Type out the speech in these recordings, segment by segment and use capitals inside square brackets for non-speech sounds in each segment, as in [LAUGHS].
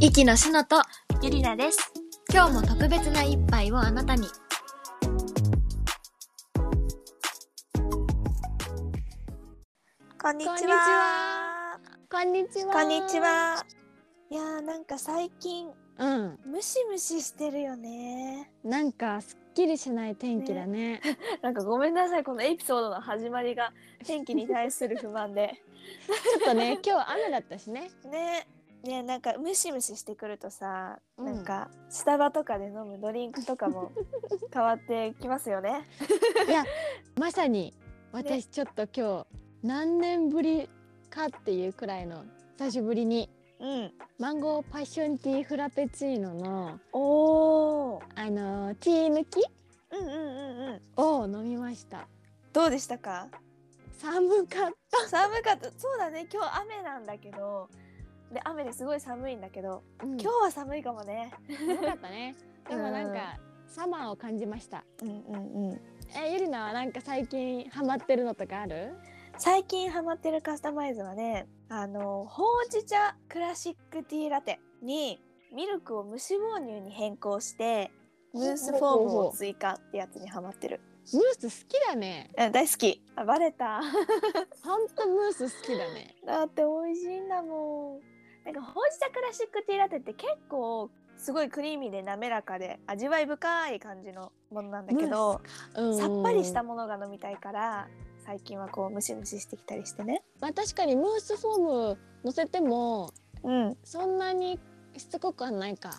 牧野しのとゆりなです。今日も特別な一杯をあなたにこんにちは。こんにちはここんにちは。んにち。は。いやーなんか最近うん、ムシムシしてるよね。なんかすっきりしない天気だね。なんかごめんなさいこのエピソードの始まりが天気に対する不満で。ちょっとね、 [LAUGHS] 今日雨だったしね。 [LAUGHS] ね。ねなんかムシムシしてくるとさ、うんなんかスタバとかで飲むドリンクとか [LAUGHS] も変わってきますよね。まさに私ちょっと今日何年ぶりかっていうくらいの久しぶりにうん。マンゴーパッションティーフラペチーノのおお。あのーティー抜きうんうんうんうん。を飲みました。どうでしたか？寒かっ寒かった。そうだね今日雨なんだけど。で雨ですごい寒いんだけど、た。うん、今日は寒いかもね。寒かったね。 [LAUGHS] でもなんかサマーを感じました。うんうんうん。え、ゆりなはなんか最近ハマってるのとかある？最近ハマってるカスタマイズはねあのほうじ茶クラシックティーラテにミルクを無脂肪乳に変更してムースフォームを追加ってやつにハマってるムース好きだね。うん大好きあバレたほんとムース好きだね。だって美味しいんだもんなんかほうじ茶クラシックティーラテって結構すごいクリーミーで滑らかで味わい深い感じのものなんだけど、うんさっぱりしたものが飲みたいから最近はこうムシムシしてきたりしてねまあ確かにムースフォーム乗せてもうんそんなにしつこくはないか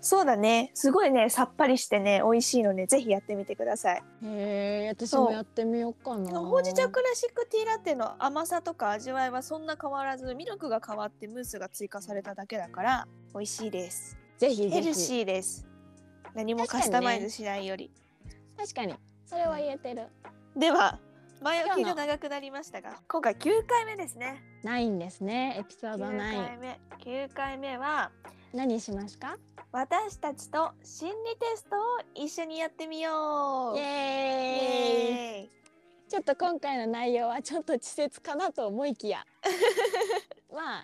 そうだね。すごいね、さっぱりしてね、美味しいので、ぜひやってみてください。へえ私そもうやってみようかなほうじ茶クラシックティーラテの甘さとか味わいはそんな変わらず、ミルクが変わってムースが追加されただけだから、美味しいです。ぜひヘぜルひシーです。何もカ確スかにねタマイズしないより。確かにそれは言えてるでは、前置き今日がの長くなりましたが、今回9回目ですね。ないんですねエピソード9ない回目。9回目は、何しますか私たちと心理テストを一緒にやってみよう。イイエーイエーイちょっと今回の内容はちょっと稚拙かなと思いきやまあ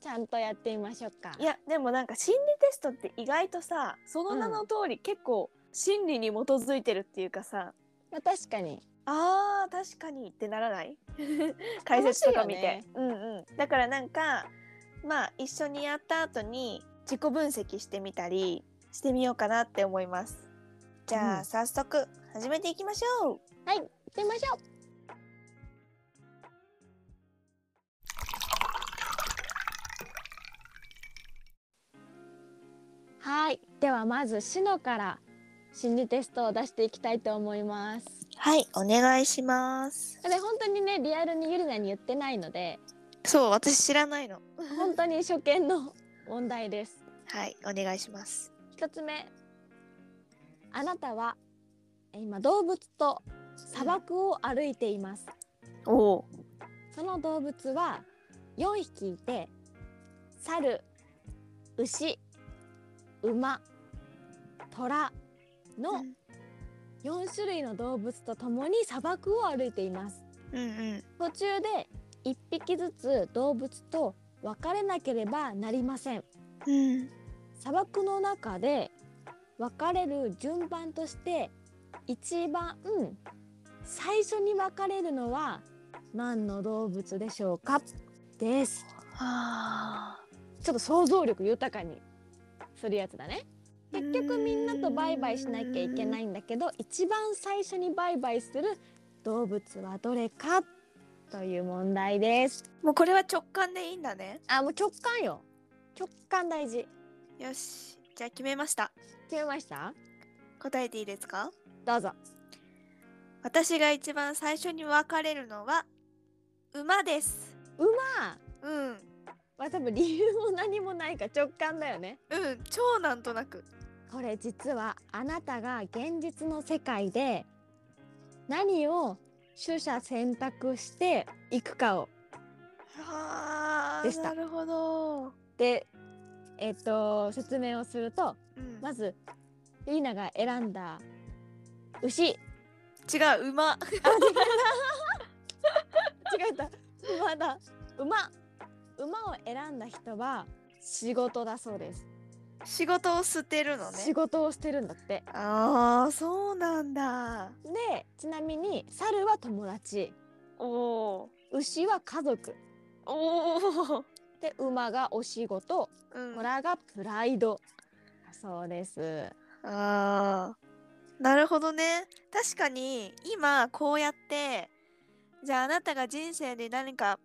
ちゃんとやってみましょうかいやでもなんか心理テストって意外とさその名の通り、結構心理に基づいてるっていうかさまあ確かにあー確かにってならない [LAUGHS] 解説とか見て、楽しうんうんだからなんかまあ一緒にやった後に自己分析してみたりしてみようかなって思いますじゃあ、うん早速始めていきましょう行ってみましょうはいではまずしのから心理テストを出していきたいと思いますはいお願いしますで本当にねリアルにゆりなに言ってないのでそう私知らないの本当に初見の問題ですはいお願いします一つ目あなたはえ今動物と砂漠を歩いていますおおその動物は4匹いて猿牛馬虎の4種類の動物と共に砂漠を歩いていますうんうん途中で1匹ずつ動物と別れなければなりませんうん砂漠の中で分かれる順番として一番最初に分かれるのは何の動物でしょうかですはあ。ちょっと想像力豊かにするやつだね結局みんなとバイバイしなきゃいけないいんだけど一番最初にバイバイする動物はどれかという問題ですもうこれは直感でいいんだね。あもう直感よ直感大事よし、じゃあ決めました。決めました答えていいですか？どうぞ私が一番最初に分かれるのは馬です。まあうん、まあ多分理由も何もないから直感だよねうん、超なんとなく。これ実はあなたが現実の世界で何を取捨選択していくかをはでしなたるほど。でえっと説明をするとうん、まずゆりなが選んだ牛違違う馬。 [LAUGHS] えた馬だ馬馬を選んだ人は仕事だそうです、仕事を捨てるの仕ね事をしてるんだってあーそうなんだでちなみに猿は友達おー牛は家族おお、で馬がお仕事うん、あ虎がプライドだそうですあーなるほどね確かに今こうやってじゃああなたが人生で何か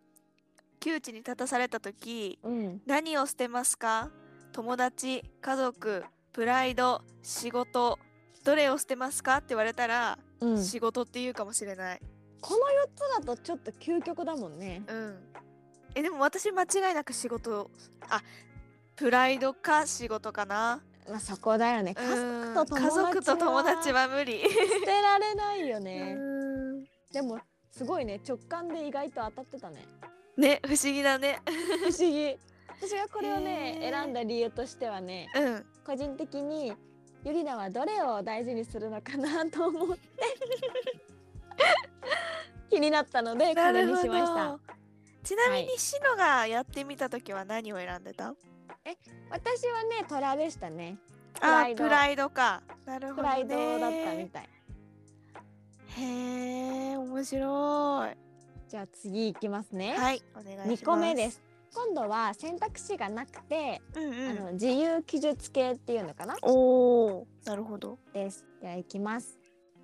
窮地に立たされた時うん何を捨てますか友達家族プライド仕事どれを捨てますかって言われたら、うん仕事って言うかもしれないこの四つだとちょっと究極だもんねうんえでも私間違いなく仕事あプライドか仕事かなまあそこだよねう家ん族と友達は家族と友達は無理捨てられないよねうんでもすごいね直感で意外と当たってた [LAUGHS] ねね不思議だね不思議私がこれをねへー選んだ理由としてはねうん個人的にゆりなはどれを大事にするのかなと思って [LAUGHS] 気になったのでこなれるにほしどましたちなみはいにシノがやってみた時は何を選んでた、私はね虎でしたねあププラライドかなるほプどねライドだったみたいへえ面白いじゃあ次行きますね、はいお願いします2個目です今度は選択肢がなくて、うんうあんの自由記述系っていうのかなおおなるほどですでは行きます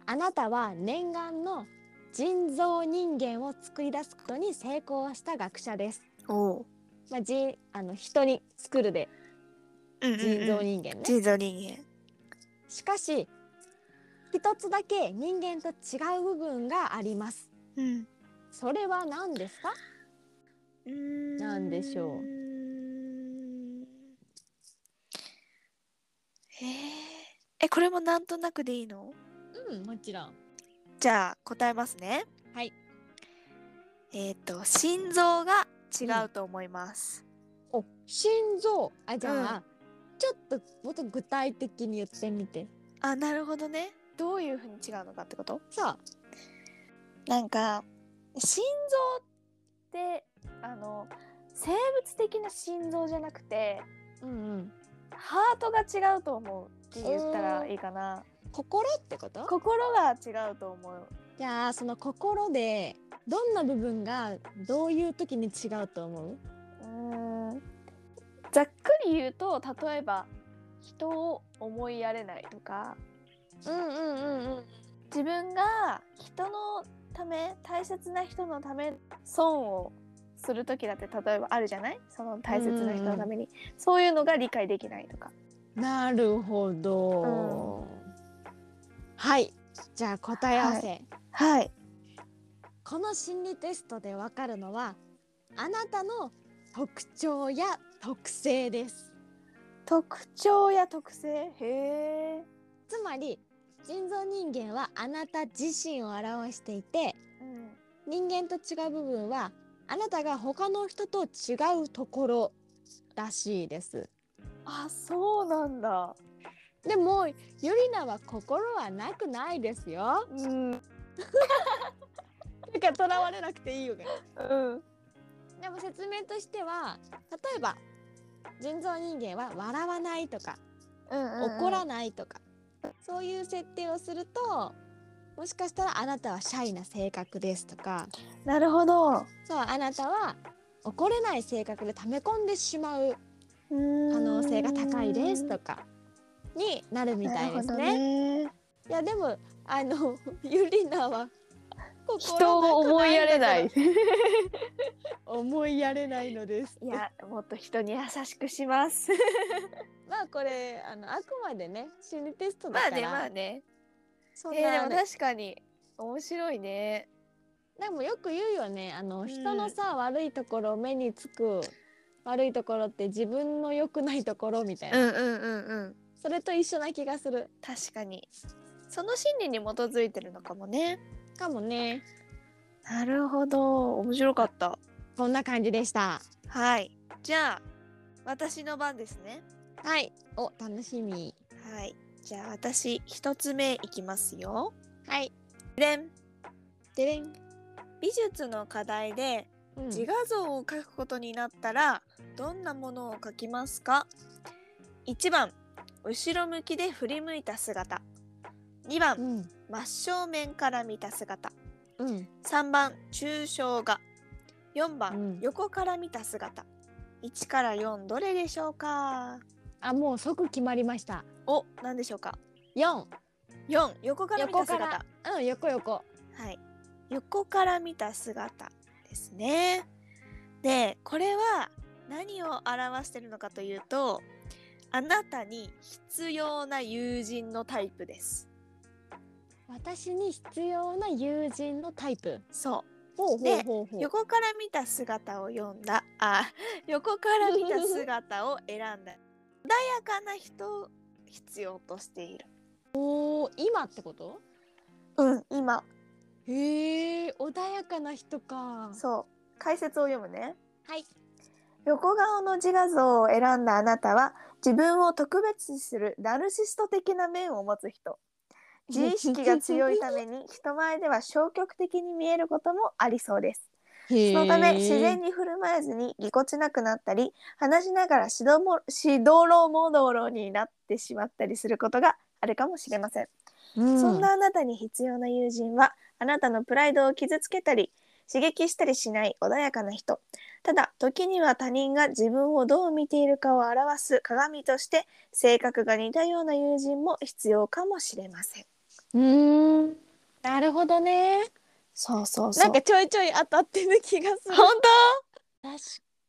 あなたは念願の人造人間を作り出すことに成功した学者ですおおまあ、人あの人に作るでうんうん人造うん人間ね、人造人間しかし一つだけ人間と違う部分がありますうんそれは何ですかなんでしょうえー、えこれもなんとなくでいいのうんもちろんじゃあ答えますねはいえっ、と心臓が違うと思います、お心臓あじゃあ、ちょっともっと具体的に言ってみてあなるほどねどういうふうに違うのかってことさなんか心臓ってあの生物的な心臓じゃなくてあうんうんハートが違うと思うって言ったらいいかな心ってこと心が違うと思うじゃあその心でどんな部分がどういう時に違うと思ううーんざっくり言うと例えば人を思いやれないとかうんうんうんうん自分が人のため大切な人のため損をする時だって例えばあるじゃないその大切な人のために、そういうのが理解できないとかなるほど、はいじゃあ答え合わせ、はいこの心理テストでわかるのはあなたの特徴や特性です特徴や特性へえ、つまり人造人間はあなた自身を表していてうん、人間と違う部分はあなたが他の人と違うところらしいですあそうなんだでもゆりなは心はなくないですようんうんだからとらわれなくていいよねでも説明としては例えば人造人間は笑わないとか怒ならいないとか、そういう設定をするともしかしたらあなたはシャイな性格ですとかなるほどそうあなたは怒れない性格で溜め込んでしまう可可能性が高いですとかになるみたいですね。ねいやでもあの [LAUGHS] ゆりなは人を思いやれない。思いやれないのです。いや、もっと人に優しくし [LAUGHS] ます。まあこれあのあくまでね心理テストだまあから。ね、まあね。そんなえーでもね確かに面白いね。でもよく言うよねあのん人のさ、悪いところ目につく悪いところって自分の良くないところみたいな、んうんうんうん。それと一緒な気がする確かに。その心理に基づいてるのかもね。かもねなるほど、面白かった。こんな感じでしたはい。じゃあ私の番ですね。はいお楽しみはい。じゃあ私一つ目いきますよ。はいでん。でれん美術の課題でうん自画像を描くことになったらどんなものを描きますか1番後ろ向きで振り向いた姿2う番ん真正面から見た姿うん3番抽象画4番、うん横から見た姿1から4どれでしょうかあもう即決まりましたお何でしょうか四4横から見た横姿からうん横横はい、横から見た姿ですね。でこれは何を表してるのかというとあなたに必要な友人のタイプです。私に必要な友人のタイプそほうでほうほう横から見た姿を読んだあ横から見た姿を選んだ穏やかな人を必要としている。おー今ってことうん今へえ穏やかな人かそう解説を読むね。はい横顔の自画像を選んだあなたは自分を特別視するナルシスト的な面を持つ人自意識が強いために人前では消極的に見えることもありそうですそのため自然に振る舞えずにぎこちなくなったり話しながらしどもしどろもどろになってしまったりすることがあるかもしれませんにそんなあなたに必要な友人はあなたのプライドを傷つけたり刺激したりしない穏やかな人ただ時には他人が自分をどう見ているかを表す鏡として性格が似たような友人も必要かもしれませんうんなるほどねそうそうななんんかかちょいちょい当たってる気がする本確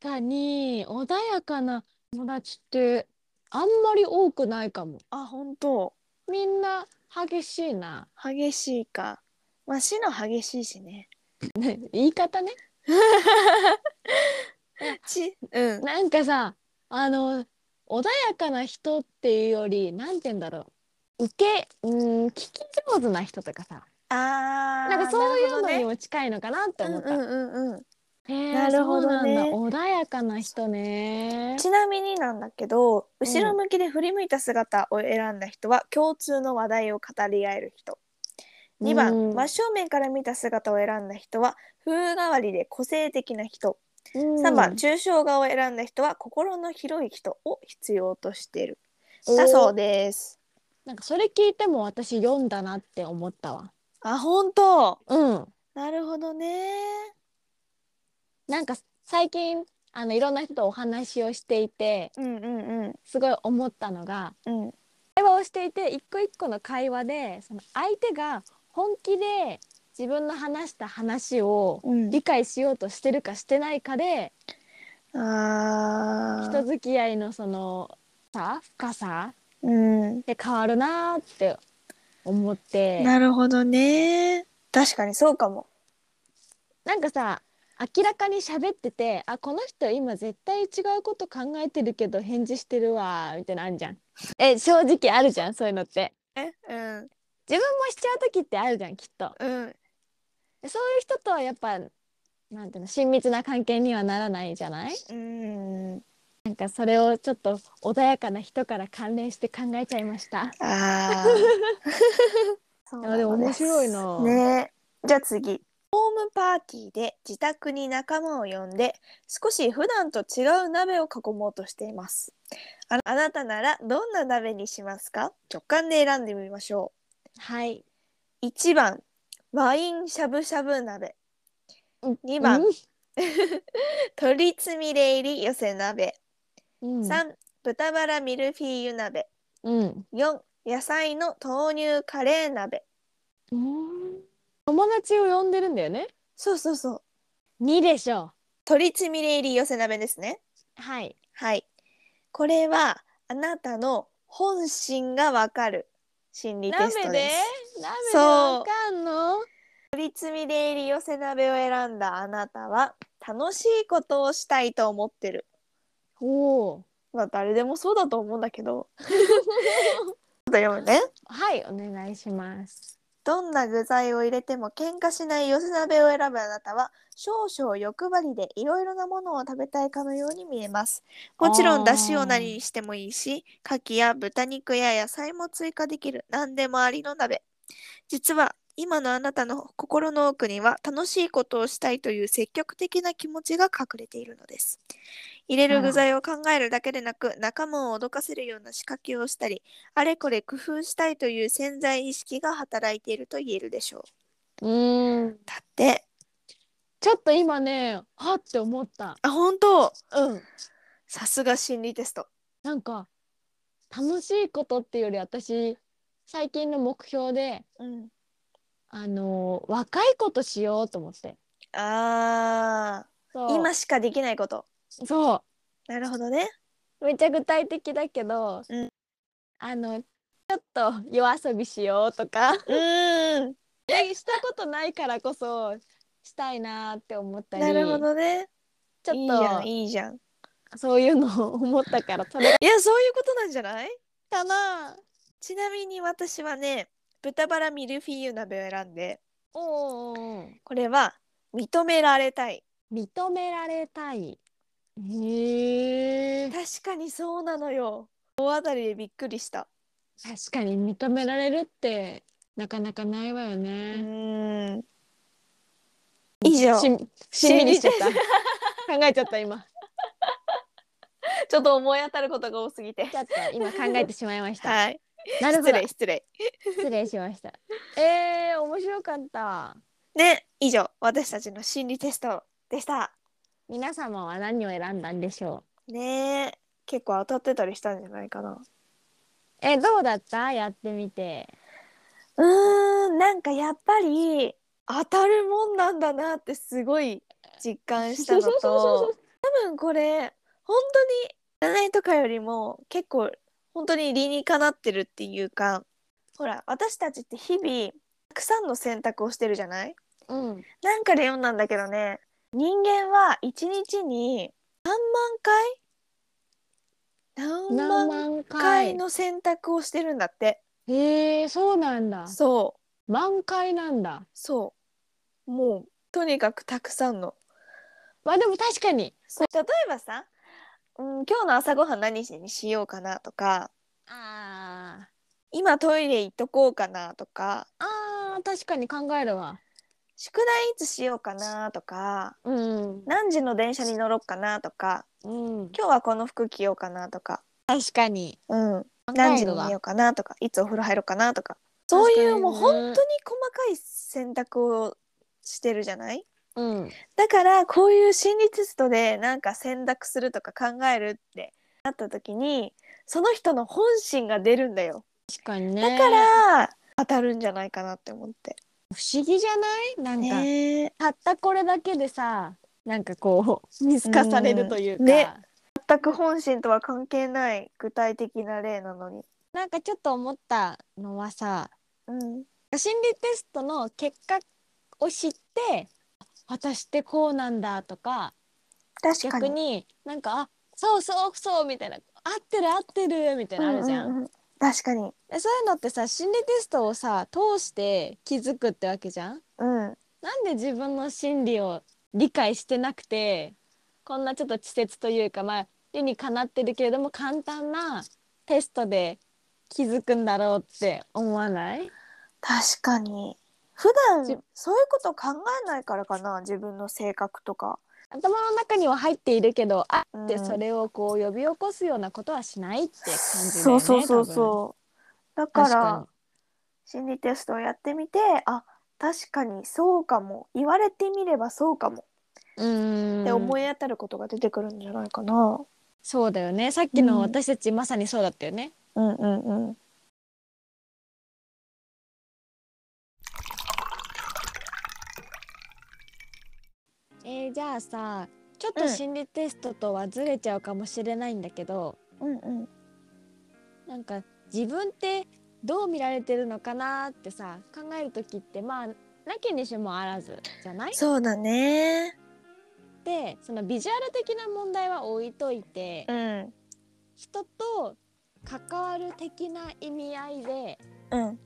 かに穏やかな友達ってあんまり多くないかも当あ本当みんな激しいな、激しいかまあ死の激しいしねね、言い方ねちうんなんかさあの穏やかな人っていうよりなんて言うんだろう受けうん聞き上手な人とかさあーなんかそういうのなにるほも近いのかなってど思っねた、うんうんうんうんへーなるほどねそうなんだ穏やかな人ねちなみになんだけどん後ろ向きで振り向いた姿を選んだ人は共通の話題を語り合える人2う番ん真正面から見た姿を選んだ人は風変わりで個性的な人3 3番抽象画を選んだ人は心の広い人を必要としているだそうですなんかそれ聞いても私読んだなって思ったわあ本当うんなるほどねなんか最近あのいろんな人とお話をしていてうんうんうんすごい思ったのがうん会話をしていて一個一個の会話でその相手が本気で自分の話した話をうん理解しようとしてるかしてないかであ人ー付き合いのそのさ深さうんって変わるなーって思ってなるほどね確かにそうかもなんかさ明らかに喋っててあこの人今絶対違うこと考えてるけど返事してるわーみたいなのあるじゃん。え正直あるじゃんそういうのって。えうん自分もしちゃう時ってあるじゃんきっとうんでそういう人とはやっぱなんていうの親密な関係にはならないじゃないうんなんかそれをちょっと穏やかな人から関連して考えちゃいましたああ。 [LAUGHS] そうなのあでも面白いなねえじゃあ次。ホームパーティーで自宅に仲間を呼んで少し普段と違う鍋を囲もうとしていますああなたならどんな鍋にしますか直感で選んでみましょはい、う1番ワインしゃぶしゃぶ鍋2番鶏つみれ入り寄せ鍋うん、うん3豚バラミルフィーユ鍋うん4野菜の豆乳カレー鍋うん友達を呼んでるんだよねそうそうそう2でしょ鶏つみれ入り寄せ鍋ですねうはいはいこれはあなたの本心がわかる心理テス鍋トでです鍋でそうわかんの鶏つみれ入り寄せ鍋を選んだあなたは楽しいことをしたいと思ってるおおまあ誰でもそうだと思うんだけ [LAUGHS] どちょっと読むねはいお願いしますどんな具材を入れても喧嘩しない寄せ鍋を選ぶあなたは少々欲張りでいろいろなものを食べたいかのように見えますもちろあんーだしを何にしてもいいし牡蠣や豚肉や野菜も追加できる何でもありの鍋実は今のあなたの心の奥には楽しいことをしたいという積極的な気持ちが隠れているのです。入れる具材を考えるだけでなく、仲間を脅かせるような仕掛けをしたり、あれこれ工夫したいという潜在意識が働いていると言えるでしょう。うん。だって、ちょっと今ね、はって思った。あ、本当うん。さすが心理テスト。なんか楽しいことっていうより私最近の目標でうん。あのー若いことしようと思って。あそあ、う今しかできないこと。そなるほどね。うめっちゃ具体的だけど、うんあのちょっと夜遊びしようと [LAUGHS] かうーん。したことないからこそしたいなーって思ったりなるほどね。ちいいじゃょっん、いいじゃん。とそういうのを思ったからそれいや、そういうことなんじゃないかな。 [LAUGHS] ちなみに私はね、豚バラミルフィーユ鍋を選んで、おうおうおうこれは認められたい。認められたい。へえ。確かにそうなのよ。大当たりでびっくりした。確かに認められるってなかなかないわようね。ーん。以上。しちしみりしちゃった。考えちゃった今。ょっと思い当たることが多すぎてち。ょっと今考えてしまいました。はい。なるほ失ど礼、失礼。失礼しました。えー、面白かった。ね、以上、私たちの心理テストでした。皆様は何を選んだんでしょねえ、結構当たってたりしたんじゃないかな。う。えどうだった？やってみて。うーん、なんかやっぱり当たるもんなんだなってすごい実感したのと、多分これ本当に占いとかよりも結構本当に理にかなってるっていうか、ほら私たちって日々たくさんの選択をしてるじゃない？うん。なんかで読んだんだけどね、人間は一日に何万回？何何万万回回？の選択をしてるんだって。えー、そうなんだ。そう。満開なんだ。そうもうとにかくたくさんのまあでも確かに。例えばさ、うん、今日の朝ごはん何しにしようかなとかあー今トイレ行っとこうかなとかあー確かに考えるわ。宿題いつしようかなとかうん。何時の電車に乗ろうかなとかうん。今日はこの服着ようかなとか、確かに。うん、何何時時のにわ寝ようかなとかいつお風呂入ろうかなとかそう確かいにうねもう本当に細かい選択をしてるじゃないうん、だからこういう心理テストでなんか選択するとか考えるってなった時にその人の本心が出るんだよ確かにね。だから当たるんじゃないかなって思って。不思議じゃない？なんか、ねえたったこれだけでさ、なんかこう [LAUGHS] 見透かされるというか、うんね全く本心とは関係ない具体的な例なのに。なんかちょっと思ったのはさ、うん、心理テストの結果を知って、私ってこうなんだとか、確か逆に。になんかあ、そうそうそうみたいな、合ってる合ってるみたいなのあるじゃん。ううう確かに。でそういうのってさ、心理テストをさ通して気づくってわけじゃん。うん。なんで自分の心理を理解してなくてこんなちょっと稚拙というかまあ理にかなってるけれども簡単なテストで気づくんだろうって思わない確かに。普じ段そういうこと考えないからかな自分の性格とか。頭の中には入っているけどあうっんてそれをこう呼び起こすようなことはしないって感じだそようねそうそううそう。だ確からか心理テストをやってみてあ確かにそうかも言われてみればそうかもにうーんって思い当たることが出てくるんじゃないかな。そうだよねさっきのうん私たちまさにそうだったよね、うんうんうん。えーじゃあさちょっと心理テストとはずれちゃうかもしれないんだけど、うんうん。なんか自分ってどう見られてるのかなってさ考える時ってまあなきにしもあらずじゃないそうだね。でそのビジュアル的な問題は置いといてうん人と関わる的な意味合いでうん。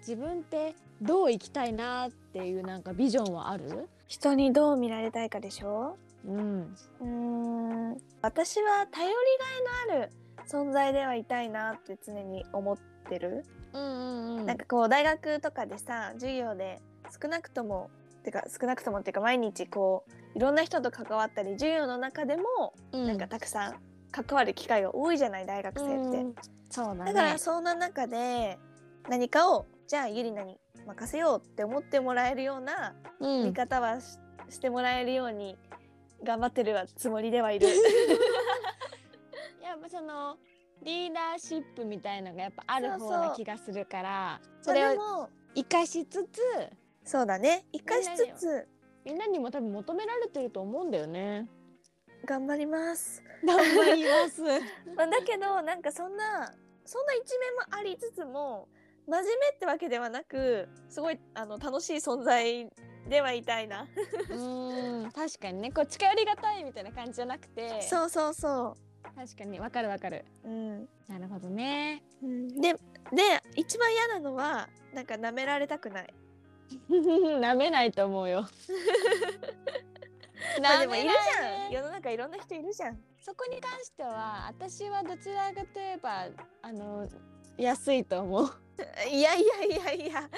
自分ってどう生きたいなっていうなんかビジョンはある人にどう見られたいかでしょうんうーん。私は頼りがいのある存在ではいたいなって常に思ってる。うんうんなんかこう大学とかでさ授業で少なくともてか少なくともっていうか毎日こういろんな人と関わったり授業の中でもなんかたくさん関わる機会が多いじゃない大学生って。うんそうだねだからそんな中で何かをじゃあゆりなに任せようって思ってもらえるようなうん見方はし,、てもらえるように頑張ってるはつもりではいる。やっぱそのリーダーシップみたいのがやっぱあるそう方そうな気がするから [LAUGHS] そそれれをも生かしつつそうだね生かしみんなつつみんなにも多分求められてると思うんだよね。頑張ります。頑張ります。まあ、だけどなんかそんなそんな一面もありつつも真面目ってわけではなくすごいあの楽しい存在ではいたいな [LAUGHS] うん確かにねこう近寄りがたいみたいな感じじゃなくてそうそうそ確かにわかるわかる。う、うんなるほど [LAUGHS] ね。でで一番嫌なのはなんか舐められたくない舐めないと思うよ。 [LAUGHS] まあでもいる舐めないねじゃん世の中いろんな人いるじゃんそこに関しては私はどちらかといえばあの安いと思ういやいやいやいや、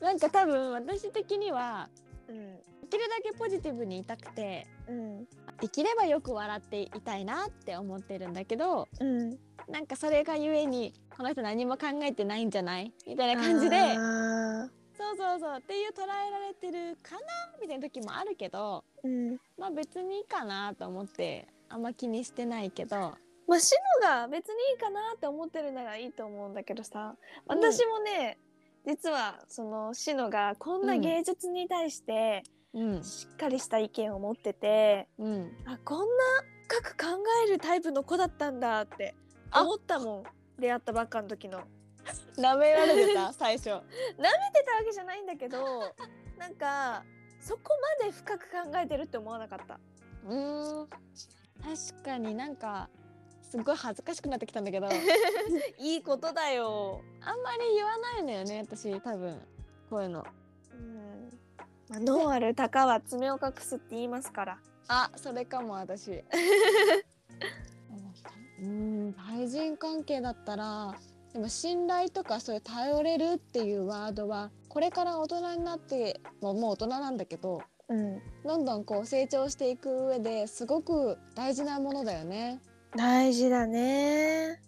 なんか多分私的にはうんできるだけポジティブにいたくてうんできればよく笑っていたいなって思ってるんだけどうん、なんかそれがゆえにこの人何も考えてないんじゃないみたいな感じであーそうそうそうっていう捉えられてるかなみたいな時もあるけどうんまあ別にいいかなと思ってあんま気にしてないけどまあ、シノが別にいいかなって思ってるならいいと思うんだけどさうん私もね、実はそのシノがこんなうん芸術に対してうんしっかりした意見を持ってて、うんあこんな深く考えるタイプの子だったんだってあ思ったもん出会ったばっかの時の。舐められ [LAUGHS] てた最初見てたわけじゃないんだけどなんかそこまで深く考えてるって思わなかった。うーん確かになんかすごい恥ずかしくなってきたんだ [LAUGHS] けどあんまいいことだよ。り言わないのよね私多分こういうのうんまあ、脳ある鷹は爪を隠すって言いますから。あそれかも私 [LAUGHS] うーん対人関係だったらでも信頼とかそういう頼れるっていうワードはこれから大人になってもうもう大人なんだけどうんどんどんこう成長していく上ですごく大事なものだよね。大事だね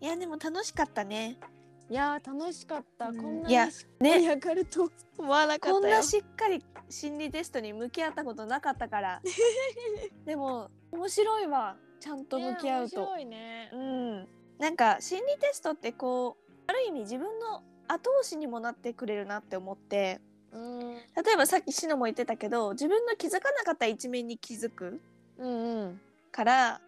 いやでも楽しかったねいやー楽しかった、うんこんないやにしっかり上がると思わなこんなしっかり心理テストに向き合ったことなかったから [LAUGHS] でも面白いわちゃんと向き合うね面と、白いねう。んなんか心理テストってこうある意味自分の後押しにもなってくれるなって思ってうん、うん例えばさっきしのも言ってたけど自分の気づかなかった一面に気づくうんから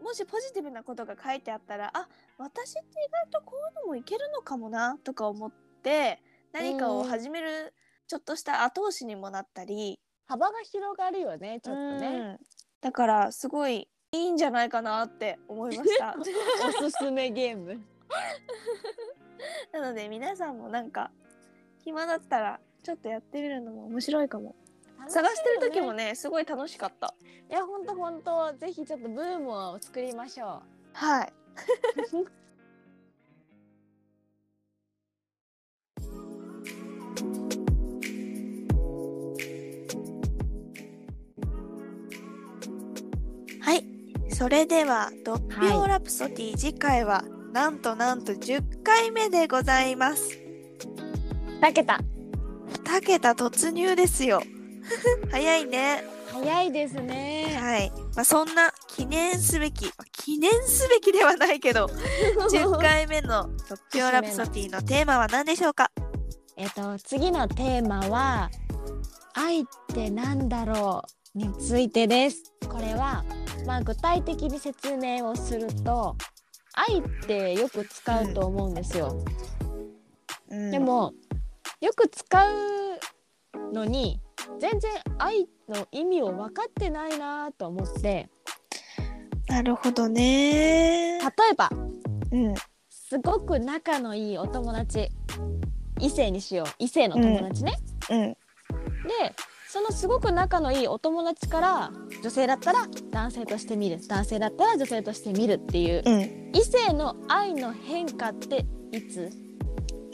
もしポジティブなことが書いてあったらあ私って意外とこういうのもいけるのかもなとか思って何かを始めるちょっとした後押しにもなったり、幅が広がるよねちょっとね。うんだからすごいいいんじゃないかなって思いました [LAUGHS] [LAUGHS] おすすめゲーム。なので皆さんもなんか暇だったらちょっとやってみるのも面白いかも探してる時もね。ねすごい楽しかったいや本当本当ぜひちょっとブームを作りましょ。はいう [LAUGHS] はいそれでは「ドッピョーラプソディ」次回はなんとなんと10回目でございますだけた2桁突入ですよ [LAUGHS] 早いね早いですね。はい、まあ、そんな記念すべきまあ記念すべきではないけど10回 [LAUGHS] 目の「突票ラプソディ」のテーマは何でしょうかえっと次のテーマは愛ってなんだろうについてです。これはまあ具体的に説明をすると愛ってよく使うと思うんですよ。でもよく使うのに全然愛の意味を分かってないなと思ってなるほどね例えばうんすごく仲のいいお友達異性にしよう異性の友達ね。うんでそのすごく仲のいいお友達から女性だったら男性として見る男性だったら女性として見るっていううん異性の愛の変化っていつ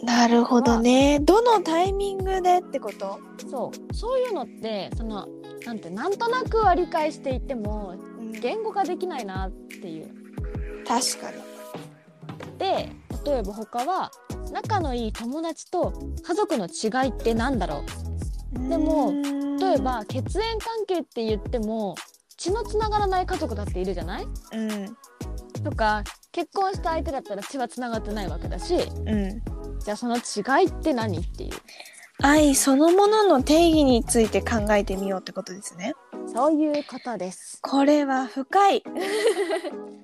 なるほどね。どのタイミングでってこと？そうそういうのってそのなんてなんとなくは理解していてもうん言語化できないなっていう。確かに。で例えば他は仲のいい友達と家族の違いってなんだろでもう例え、ば血縁関係って言っても血のつながらない家族だっているじゃないうんとか結婚した相手だったら血はつながってないわけだしうん、じゃあその違いって何っていう愛そのものの定義について考えてみようってことですね。そういうことですこれは深い。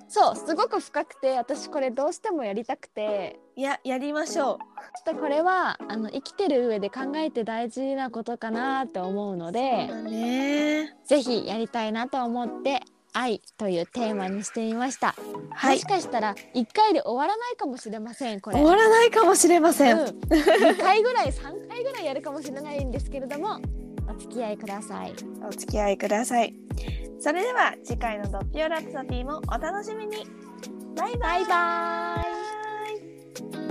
そうすごく深くて私これどうしてもやりたくていややりましょう。ちょっとこれはあの生きてる上で考えて大事なことかなって思うのでだね。ぜひやりたいなと思って愛というテーマにしてみました、はもいし。かしたら1回で終わらないかもしれませんこれ終わらないかもしれません。うん、2回ぐらい3回ぐらいやるかもしれないんですけれどもお付き合いくださいお付き合いください。それでは次回のドッピオラプソディもお楽しみに。バイバイ。バイバイバイ